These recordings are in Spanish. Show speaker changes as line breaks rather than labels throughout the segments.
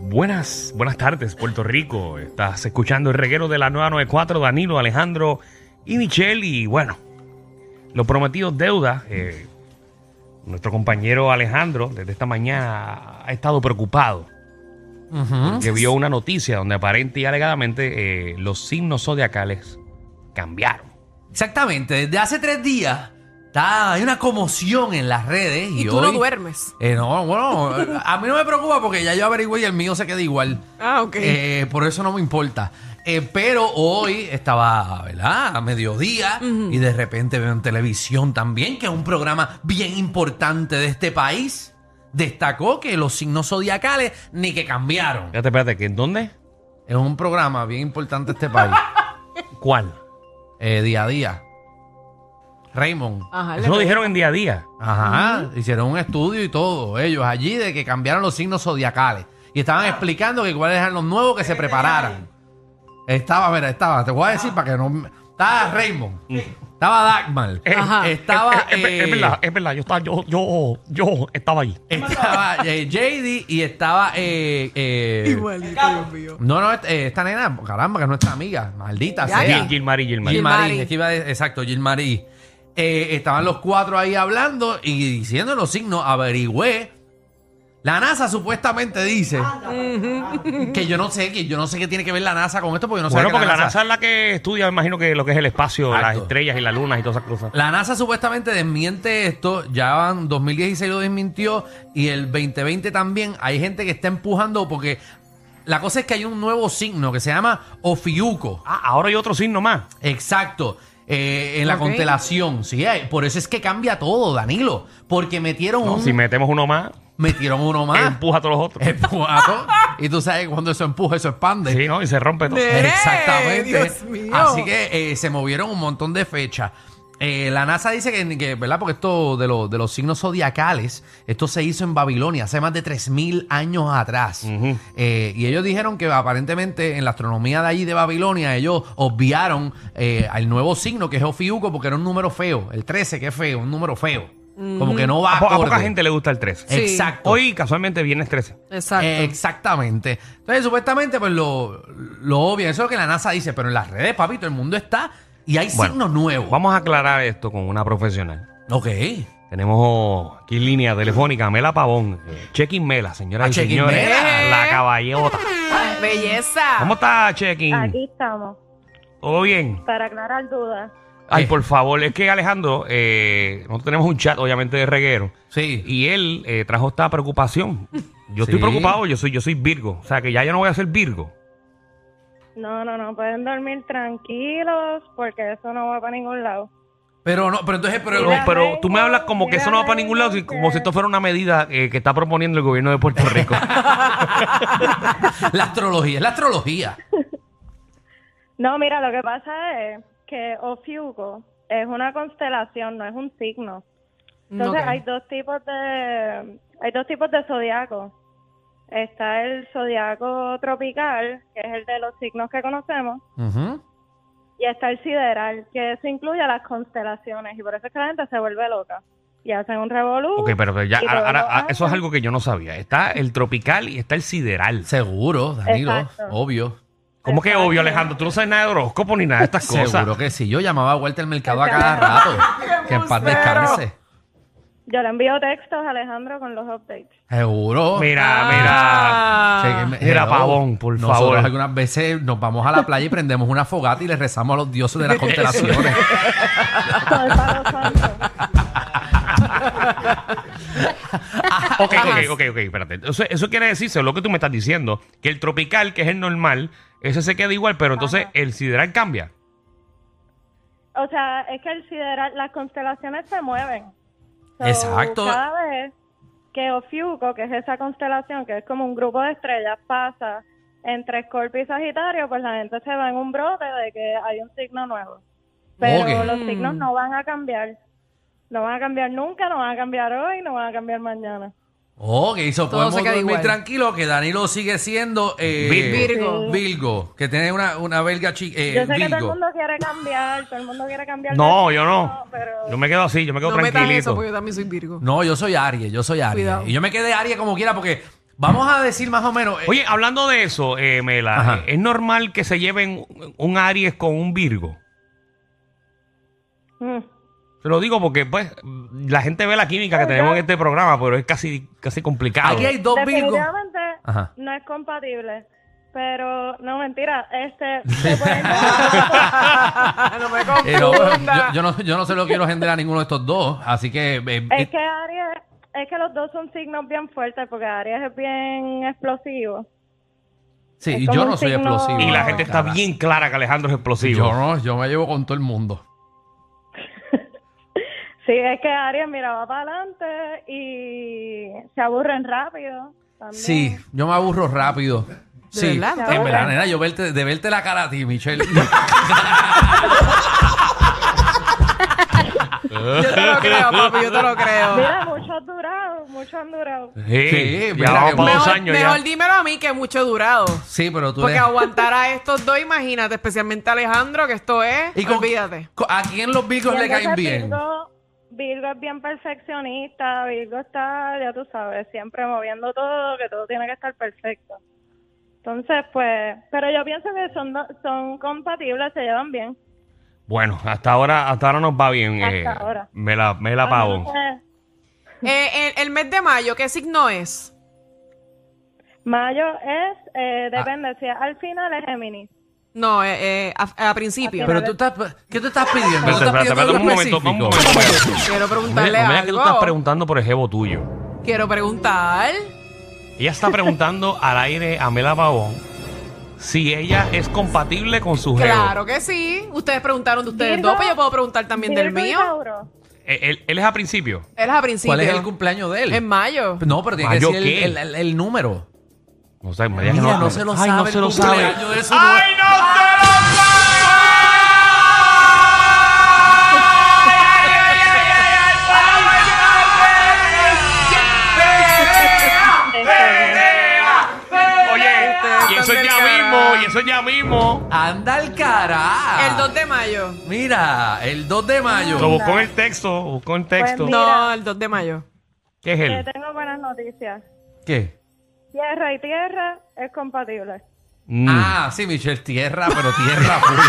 Buenas, buenas tardes, Puerto Rico. Estás escuchando el reguero de la 994, Danilo, Alejandro y Michelle. Y bueno, los prometidos deuda. eh, nuestro compañero Alejandro, desde esta mañana, ha estado preocupado. Porque vio una noticia donde aparente y alegadamente eh, los signos zodiacales cambiaron.
Exactamente, desde hace tres días está, hay una conmoción en las redes. Y,
Y tú no
hoy-
duermes.
Eh, no, bueno, a mí no me preocupa porque ya yo averigüé y el mío se queda igual.
Ah, ok.
Eh, por eso no me importa. Eh, pero hoy estaba, ¿verdad? A mediodía y de repente veo en televisión también que un programa bien importante de este país destacó que los signos zodiacales ni que cambiaron.
Espérate, espérate, ¿que ¿en dónde?
Es un programa bien importante de este país.
¿Cuál?
eh, día a día. Raymond.
Ajá,
Eso lo
pues,
dijeron en día a día.
Ajá, hicieron un estudio y todo, ellos allí, de que cambiaron los signos zodiacales. Y estaban explicando que cuáles eran los nuevos que se prepararan. Estaba, mira, estaba, te voy a decir para que no... me- Estaba Raymond, estaba Dagmar,
Ajá.
estaba...
Es- es- es,
eh,
verdad, es verdad. Yo estaba, yo, yo, yo estaba allí.
estaba eh, JD y estaba... eh, eh,
Igualito, Dios mío.
no, no, esta, eh, esta nena, caramba, que es nuestra amiga, maldita
Ya,
sea.
ya.
Gil, Gilmarí, Gilmarí.
Gil-
Gilmarí,
Gilmarí.
es que iba a de- exacto, Gilmarí. Eh, estaban los cuatro ahí hablando y diciendo los signos, averigüé. La NASA supuestamente dice que yo no sé, que yo no sé qué tiene que ver la NASA con esto, porque yo no sé
bueno,
qué
porque la NASA es la que estudia, me imagino que lo que es el espacio,
Exacto.
las estrellas y las lunas y todas esas cosas.
La NASA supuestamente desmiente esto, ya van 2016 lo desmintió y el 2020 también. Hay gente que está empujando porque la cosa es que hay un nuevo signo que se llama Ofiuco.
Ah, ahora hay otro signo más.
Exacto. Eh, en la
Ok.
constelación, sí. eh, Por eso es que cambia todo, Danilo. Porque metieron,
No,
un-
Si metemos uno más,
metieron uno más.
empuja a todos los otros.
Empujado. y tú sabes que cuando eso empuja, eso expande.
Sí, ¿no? Y se rompe todo.
De-
Exactamente.
Dios mío.
Así que eh, se movieron un montón de fechas. Eh, la NASA dice que, que, ¿verdad? Porque esto de, los de los signos zodiacales, esto se hizo en Babilonia hace más de 3.000 años atrás.
Ujú.
Eh, y ellos dijeron que aparentemente en la astronomía de allí de Babilonia ellos obviaron eh, al nuevo signo que es Ofiuco porque era un número feo. El 13 que es feo, un número feo. Como que no va
A, po- a
acorde.
poca gente le gusta el 13.
Sí.
Exacto.
Hoy casualmente viernes 13.
Exacto.
Eh, exactamente. Entonces, supuestamente, pues lo, lo obvio, eso es lo que la NASA dice, pero en las redes, papito, el mundo está y hay
Bueno,
signos nuevos.
Vamos a aclarar esto con una profesional.
Ok.
Tenemos aquí en línea telefónica a Mela Pavón. eh, Check-in Mela, señoras
Ah,
y
Check-in
señores.
Mela.
La caballota.
Ah, Belleza.
¿Cómo está, Check-in?
Aquí estamos,
¿Todo bien?
para aclarar dudas.
Ay,
Eh.
por favor, es que Alejandro, eh, nosotros tenemos un chat, obviamente, de reguero.
Sí.
Y él eh, trajo esta preocupación. Yo
Sí.
estoy preocupado, yo soy, yo soy Virgo. O sea, que ya yo no voy a ser Virgo.
No, no, no, pueden dormir tranquilos porque eso no va para ningún lado.
Pero no, pero entonces, pero.
Pero,
Mira,
pero tú me
Virgo,
hablas como que eso no va
mira,
para ningún lado, si-
Virgo,
como si esto fuera una medida eh, que está proponiendo el gobierno de Puerto Rico.
la astrología, es la astrología.
No, mira, lo que pasa es que Ofiuco es una constelación, no es un signo. Entonces
Ok.
hay dos tipos de hay dos tipos de zodiaco. Está el zodiaco tropical, que es el de los signos que conocemos,
Ujú.
y está el sideral, que eso incluye a las constelaciones y por eso es que la gente se vuelve loca y hacen un revolú.
ok, pero ya,
y
ahora-
luego
ahora- ah, eso es
hacen-
algo que yo no sabía. Está el tropical y está el sideral.
Seguro, Danilo,
Exacto.
obvio.
¿Cómo que obvio, Alejandro? Tú no sabes nada de horóscopo ni nada de estas cosas.
Seguro que sí. Yo llamaba a Walter Mercado a cada rato. que en paz descanse.
Yo le envío textos a Alejandro con los updates.
Seguro.
Mira, mira.
Ah.
Chequenme-
Mira,
Hello.
Pavón, por
Nosotros
favor.
algunas veces nos vamos a la playa y prendemos una fogata y le rezamos a los dioses de las constelaciones.
Con el palo santo.
Ok, ok,
Ajá.
ok, ok, espérate. Eso, eso quiere decirse lo que tú me estás diciendo, que el tropical, que es el normal, ese se queda igual, pero entonces el sideral cambia.
O sea, es que el sideral, las constelaciones se mueven. So,
Exacto.
Cada vez que Ofiuco, que es esa constelación, que es como un grupo de estrellas, pasa entre Scorpio y Sagitario, pues la gente se va en un brote de que hay un signo nuevo. Pero
Ok.
los signos no van a cambiar. No van a cambiar nunca, no van a cambiar hoy, no van a cambiar mañana.
Ok, eso
Todo
Oh, podemos
se queda
dormir
igual.
tranquilo que Danilo sigue siendo eh,
Virgo.
Virgo, que tiene una, una belga chica.
Yo sé que todo el
Virgo.
mundo quiere cambiar, todo el mundo quiere cambiar. de
No,
signo,
yo no.
Pero...
Yo me quedo así, yo me quedo
No metas
tranquilito.
eso porque yo también soy Virgo.
No, yo soy Aries, yo soy Aries.
Cuidado.
Y yo me quedé Aries como quiera porque Vamos a decir más o menos. eh,
Oye, hablando de eso, eh, Mela,
Ajá.
eh, ¿es normal que se lleven un- un Aries con un Virgo?
Mm.
Te lo digo porque, pues, la gente ve la química que tenemos en este programa, pero es casi, casi complicado.
aquí hay dos Virgos.
Definitivamente
Ajá.
no es compatible. Pero, no, mentira. Este, se pueden llevar-
no me
Eh, no, yo,
confunda.
yo no, yo no se lo quiero generar a ninguno de estos dos, así que... eh,
es que Aries, es que los dos son signos bien fuertes porque Aries es bien explosivo.
sí,
es
y yo
como
no
un
soy
signo-
explosivo.
y la gente está
Cara.
bien clara que Alejandro es explosivo.
Yo no, yo me llevo con todo el mundo.
Sí, es que Aries mira, va para adelante y se aburren rápido. También.
Sí, yo me aburro rápido.
¿De
Sí,
verdad? ¿Te
en
aburres?
verdad, nena, yo verte, de verte la cara a ti, Michelle.
Yo te lo creo, papi, yo te lo creo.
Mira, muchos han durado, muchos han durado.
Sí,
Sí,
ya
mira
vamos
que-
para dos
Mejor,
años
mejor
ya.
dímelo a mí que mucho he durado.
sí, pero tú
Porque
eres-
aguantar a estos dos, imagínate, especialmente a Alejandro, que esto es.
con-
olvídate.
con- ¿A quién los Virgos
Y
le caen
entonces
bien?
Virgo, Virgo es bien perfeccionista, Virgo está, ya tú sabes, siempre moviendo todo, que todo tiene que estar perfecto. Entonces, pues, pero yo pienso que son do- son compatibles, se llevan bien.
Bueno, hasta ahora, hasta ahora nos va bien.
Hasta
eh,
ahora. pues,
Mela, Mela
A
Pavón.
menos que
Eh, el, el mes de mayo, ¿qué signo es?
Mayo es, eh,
Ah.
depende, si es al final es Géminis.
No, eh, eh, a, a principio.
Pero tú estás... ¿Qué tú estás pidiendo? ¿Tú
Espérate,
estás
espérate,
pidiendo
espérate, un momento,
algo
un
específico?
momento. Mela.
Quiero
No
preguntarle
mira que tú estás
algo.
preguntando por el jevo tuyo.
Quiero preguntar.
Ella está preguntando al aire a Mela Pavón si ella es compatible con su jevo.
Claro que sí. Ustedes preguntaron de ustedes
Virgo-
dos, pero yo puedo preguntar también del
Virgo y
mío.
Tauro.
Eh, Él, él es a principio.
Él es a principio.
¿Cuál es el cumpleaños de él?
En mayo.
No, pero tiene que
¿Mayo
decir
qué?
el, el- el número.
No sé, Maya,
Mira,
que
no, se lo
Ay,
sabe.
no se
el
lo sabe.
cumpleaños de su
¡Ay, no se lo
este,
¡Eh!
sabe! Oye, y eso es ya mismo, y eso es ya mismo.
Anda al cara.
El 2 de mayo.
Mira, el 2 de mayo.
Lo buscó en el texto, buscó en el texto.
Mira.
No, el 2 de mayo.
¿Qué es
Te
él?
eh, tengo buenas noticias.
¿Qué?
Tierra y tierra es compatible.
Mm.
Ah, sí, Michelle, tierra, pero tierra pura.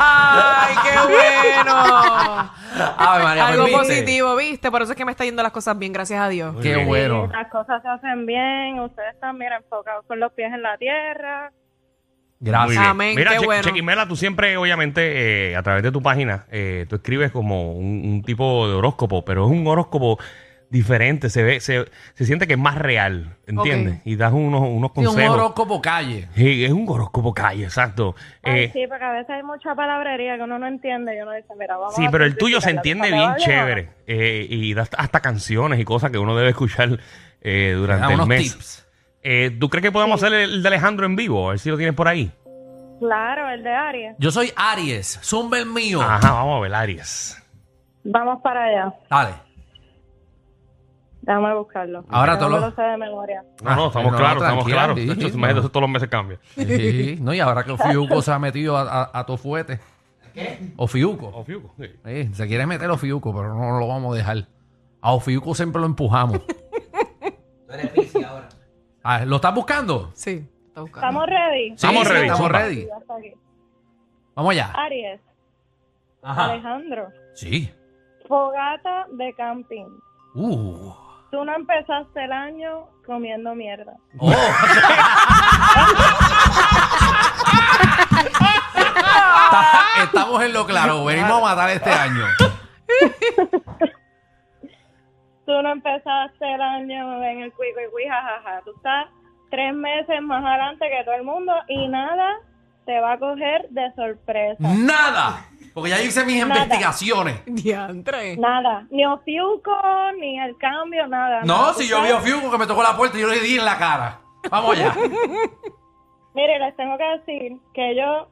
¡Ay, qué bueno!
Ave María, pues,
Algo
¿viste?
positivo, ¿viste? Por eso es que me está yendo las cosas bien, gracias a Dios.
Muy
Qué
bien.
bueno.
Las cosas se hacen bien, ustedes están bien enfocados con los pies en la tierra.
Muy
Gracias.
bien.
Amén,
Mira,
qué
Che-
bueno.
Chequimela, tú siempre, obviamente, eh, a través de tu página, eh, tú escribes como un, un tipo de horóscopo, pero es un horóscopo diferente, se ve, se, se siente que es más real, ¿entiendes? Y das unos, unos
Sí, un
consejos.
horóscopo calle.
Sí, es un horóscopo calle, exacto.
Ay,
Eh,
sí, porque a veces hay mucha palabrería que uno no entiende y uno dice, mira, vamos
sí,
a
pero el tuyo se
simplificarla,
entiende
¿te
bien
vale o no?
chévere. eh, y das hasta canciones y cosas que uno debe escuchar eh,
Da
durante el
unos
mes.
tips.
Eh, ¿Tú crees que podemos hacer el, el de Alejandro en vivo? A ver si lo tienes por ahí.
Claro, el de Aries.
Yo soy Aries, zumba el mío.
Ajá, vamos a ver, Aries.
Vamos para allá.
Dale.
Déjame buscarlo.
Ahora
Yo
todo
no me
lo-
lo sé de memoria.
No, no,
Ah,
estamos
no,
claros, estamos
tranquila,
claros.
sí,
Esto- esto-
no.
imagínate, eso todos los meses cambia.
Sí, no, y ahora que Ofiuco se ha metido a, a, a tu fuete. ¿Qué?
Oh,
Ofiuco. Sí, se quiere meter Ofiuco, pero no lo vamos a dejar. A Ofiuco siempre lo empujamos. Ah, ¿Lo estás buscando?
Sí, está buscando.
Estamos ready.
Estamos ready,
Estamos
zumba.
ready.
Ya está aquí.
Vamos allá.
Aries, Alejandro.
Sí.
Fogata de camping.
Uh.
Tú no empezaste el año comiendo mierda.
Oh. Está- Estamos en lo claro, venimos a matar este año.
Tú no empezaste el año en el cuico y jajaja. Tú estás tres meses más adelante que todo el mundo y nada te va a coger de
Mm.
sorpresa.
Nada, porque ya hice mis
Nada.
investigaciones.
Diantre.
Nada, ni Ofiuco, ni el cambio, nada.
No,
nada.
si
Tú
yo vi a
sabes-
Fiuco que me tocó la puerta y yo le di en la cara. Vamos allá.
Mire, les tengo que decir que yo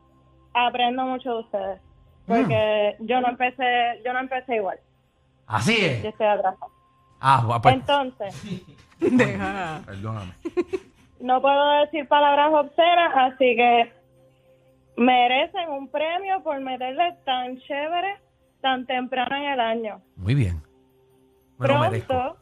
aprendo mucho de ustedes. Porque
Mm.
yo no empecé, yo no empecé igual.
Así
Yo
es.
estoy atrasada.
Ah, bueno, pues,
Entonces,
Deja.
perdóname.
no puedo decir palabras obscenas, así que merecen un premio por meterle tan chévere, tan temprano en el año.
Muy bien. Me lo merezco.
Pronto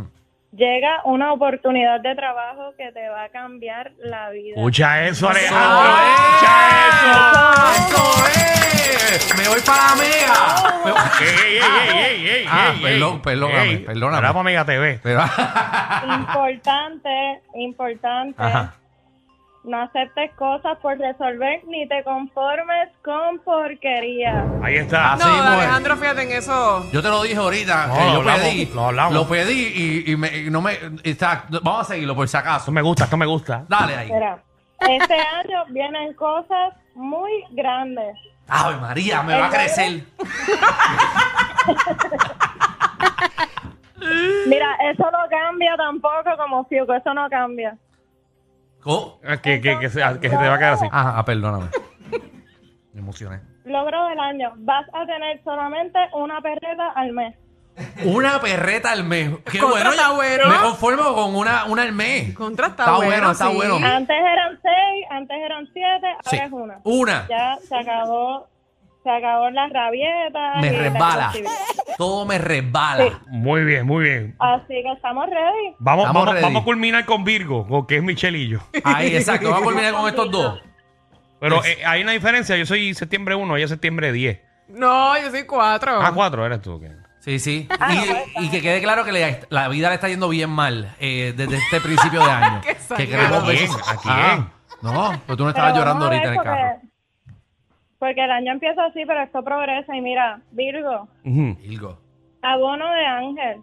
Ujú.
Llega una oportunidad de trabajo que te va a cambiar la vida.
Escucha eso, Alejandro. Escucha eso.
¡Ah! ¡Eso es! ¡Me voy para la mega!
Oh,
Me voy-
Ey, ey, ey, ey, ey, ey,
Ah,
ey,
perdón,
ey.
perdóname,
Ey,
perdóname.
Bravo, Amiga TV.
Pero-
Importante, importante.
Ajá.
No aceptes cosas por resolver ni te conformes con porquería.
Ahí está.
Ah,
No,
sí, mujer.
Alejandro, fíjate en eso.
Yo te lo dije ahorita,
No,
que
lo
yo
hablamos,
pedí.
lo hablamos.
pedí y, y me- y no me. está- vamos a seguirlo por si
Esto
acaso.
me gusta, esto me gusta.
Dale ahí.
Mira, este año vienen cosas muy grandes.
Ay, María, me va a crecer.
Mira, eso no cambia tampoco como Fiuco, eso no cambia.
Co-
Ah, Que, que, que, se, ah, que se te va a quedar así.
Ah, ah, perdóname. Me emocioné.
Logro del año, vas a tener solamente una perreta al mes.
Una perreta al mes. Qué
Contra
bueno.
está bueno.
Me conformo con una, una al mes.
Contra está
Está
bueno,
bueno, está
sí.
bueno.
Antes eran seis, antes eran siete, ahora
Sí.
es una.
Una.
Ya se acabó, se acabó la rabieta.
Me
y la
resbala.
exclusividad.
Todo me resbala.
Muy bien, muy bien.
Así que estamos ready.
Vamos,
Estamos
vamos,
ready.
vamos a culminar con Virgo, o que es Michelle y yo.
Ahí, exacto. Vamos a culminar con estos dos.
Pero
Es-
eh, hay una diferencia. Yo soy septiembre 1, ella es septiembre 10.
No, yo soy cuatro.
Ah, 4 eres tú. ok.
Sí, sí.
Ah, pues,
Y, y que quede claro que le- la vida le está yendo bien mal eh, desde este principio de año.
Qué
que
sacado.
¿A
queremos ver.
quién?
sus-
¿A quién?
Ah, no, pero tú no estabas
Pero
llorando
vamos a
ahorita en
ver
el carro.
porque- Porque el año empieza así, pero esto progresa. Y mira, Virgo,
Ujú.
Virgo.
abono de ángel.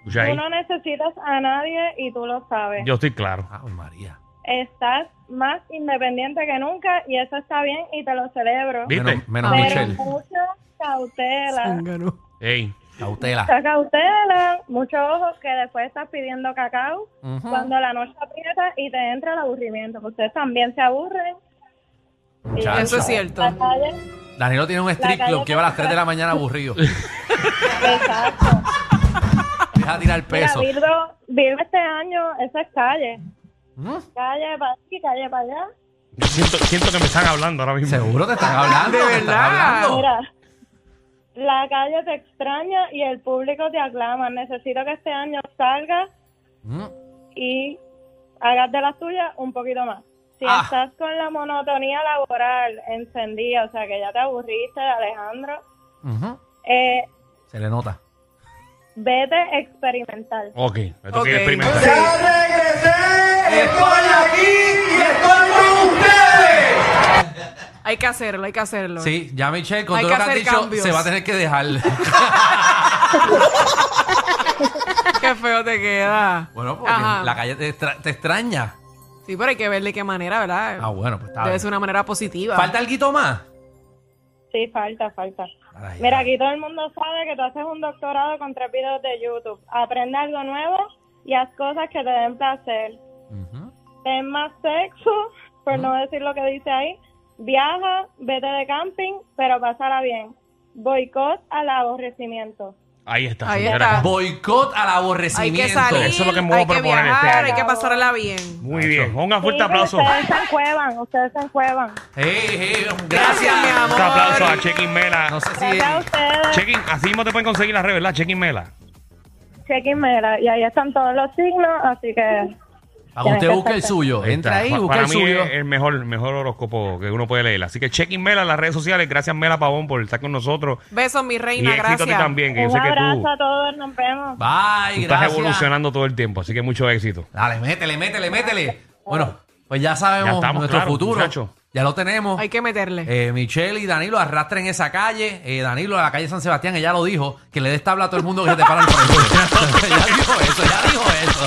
Escucha ahí.
Tú no necesitas a nadie y tú lo sabes.
Yo estoy claro.
Ay, Ah, María.
Estás más independiente que nunca y eso está bien y te lo celebro.
Bien, ¿Viste?
Menos, menos
Pero
Michelle.
mucha cautela.
Zángano.
Ey.
Cautela.
Mucha cautela, mucho ojo que después estás pidiendo cacao
Ujú.
cuando la noche aprieta y te entra el aburrimiento. porque Ustedes también se aburren. Y
Chacho.
Eso es cierto.
La calle,
Danilo tiene un strip
La
club
calle
que va a las 3 de la mañana aburrido.
exacto.
Deja de tirar
Mira,
peso.
Virgo, Virgo este año, eso es calle.
Mm,
Calle para aquí, calle para allá.
Siento, siento que me están hablando ahora mismo.
Seguro te están hablando.
De
te están
verdad.
hablando.
Mira, la calle te extraña y el público te aclama. Necesito que este año salgas
Mm,
y hagas de las tuyas un poquito más. Si
Ah.
estás con la monotonía laboral encendida, o sea que ya te aburriste de Alejandro,
ujú.
eh,
Se le nota.
vete experimental.
Oh.
Ok, me toca
Ok.
ir a experimentar.
Hay que hacerlo, hay que hacerlo.
Sí, ya Michelle, con
Hay
todo lo
que
que has
hacer
dicho,
cambios.
se va a tener que dejar.
Qué feo te queda.
bueno, porque
Ajá.
la calle te, extra- te extraña.
Sí, pero hay que ver de qué manera, ¿verdad?
Ah, bueno, pues está
Debe
bien.
ser una manera positiva.
¿Falta algo más?
Sí, falta, falta.
Ay,
Mira,
ay.
aquí todo el mundo sabe que tú haces un doctorado con tres videos de YouTube. Aprende algo nuevo y haz cosas que te den placer.
Ujú.
Ten más sexo, por no decir lo que dice ahí. Viaja, vete de camping, pero pásala bien. Boicot al aborrecimiento.
Ahí está,
Ahí
señora.
está.
Boicot al
hay
aborrecimiento.
que salir,
Eso es lo que me voy a
hay que
proponer este
viajar,
año.
hay que pasarla bien.
Muy bien. Un fuerte
Sí, pero
aplauso.
Ustedes se encuevan, ustedes se encuevan.
Hey, hey, gracias.
Gracias, mi amor.
Un aplauso a Chequin Mela.
No sé si
Gracias a ustedes.
Chequin, así mismo te pueden conseguir las redes, ¿verdad? Chequin Mela.
Chequen, mira, y ahí están todos los signos, así que
para que usted busque el suyo. Entra ahí,
Pa-
busca
Para
el
mí
suyo.
es el mejor, el mejor horóscopo que uno puede leer. Así que Chequin Mela en las redes sociales. Gracias, Mela Pavón, por estar con nosotros.
Besos, mi
Y
reina,
éxito a ti
gracias.
también, que yo
un
sé que tú,
abrazo a todos, nos vemos.
tú
Bye,
estás
gracias.
evolucionando todo el tiempo. Así que mucho éxito.
Dale, métele, métele, métele. Bueno, pues ya sabemos
Ya estamos,
nuestro
claro,
futuro.
muchacho.
Ya lo tenemos.
Hay que meterle.
Eh, Michelle y Danilo arrastren esa calle. Eh, Danilo a la calle San Sebastián, ella lo dijo, que le des tabla a todo el mundo que se te para el frente. ya dijo eso, ya dijo eso.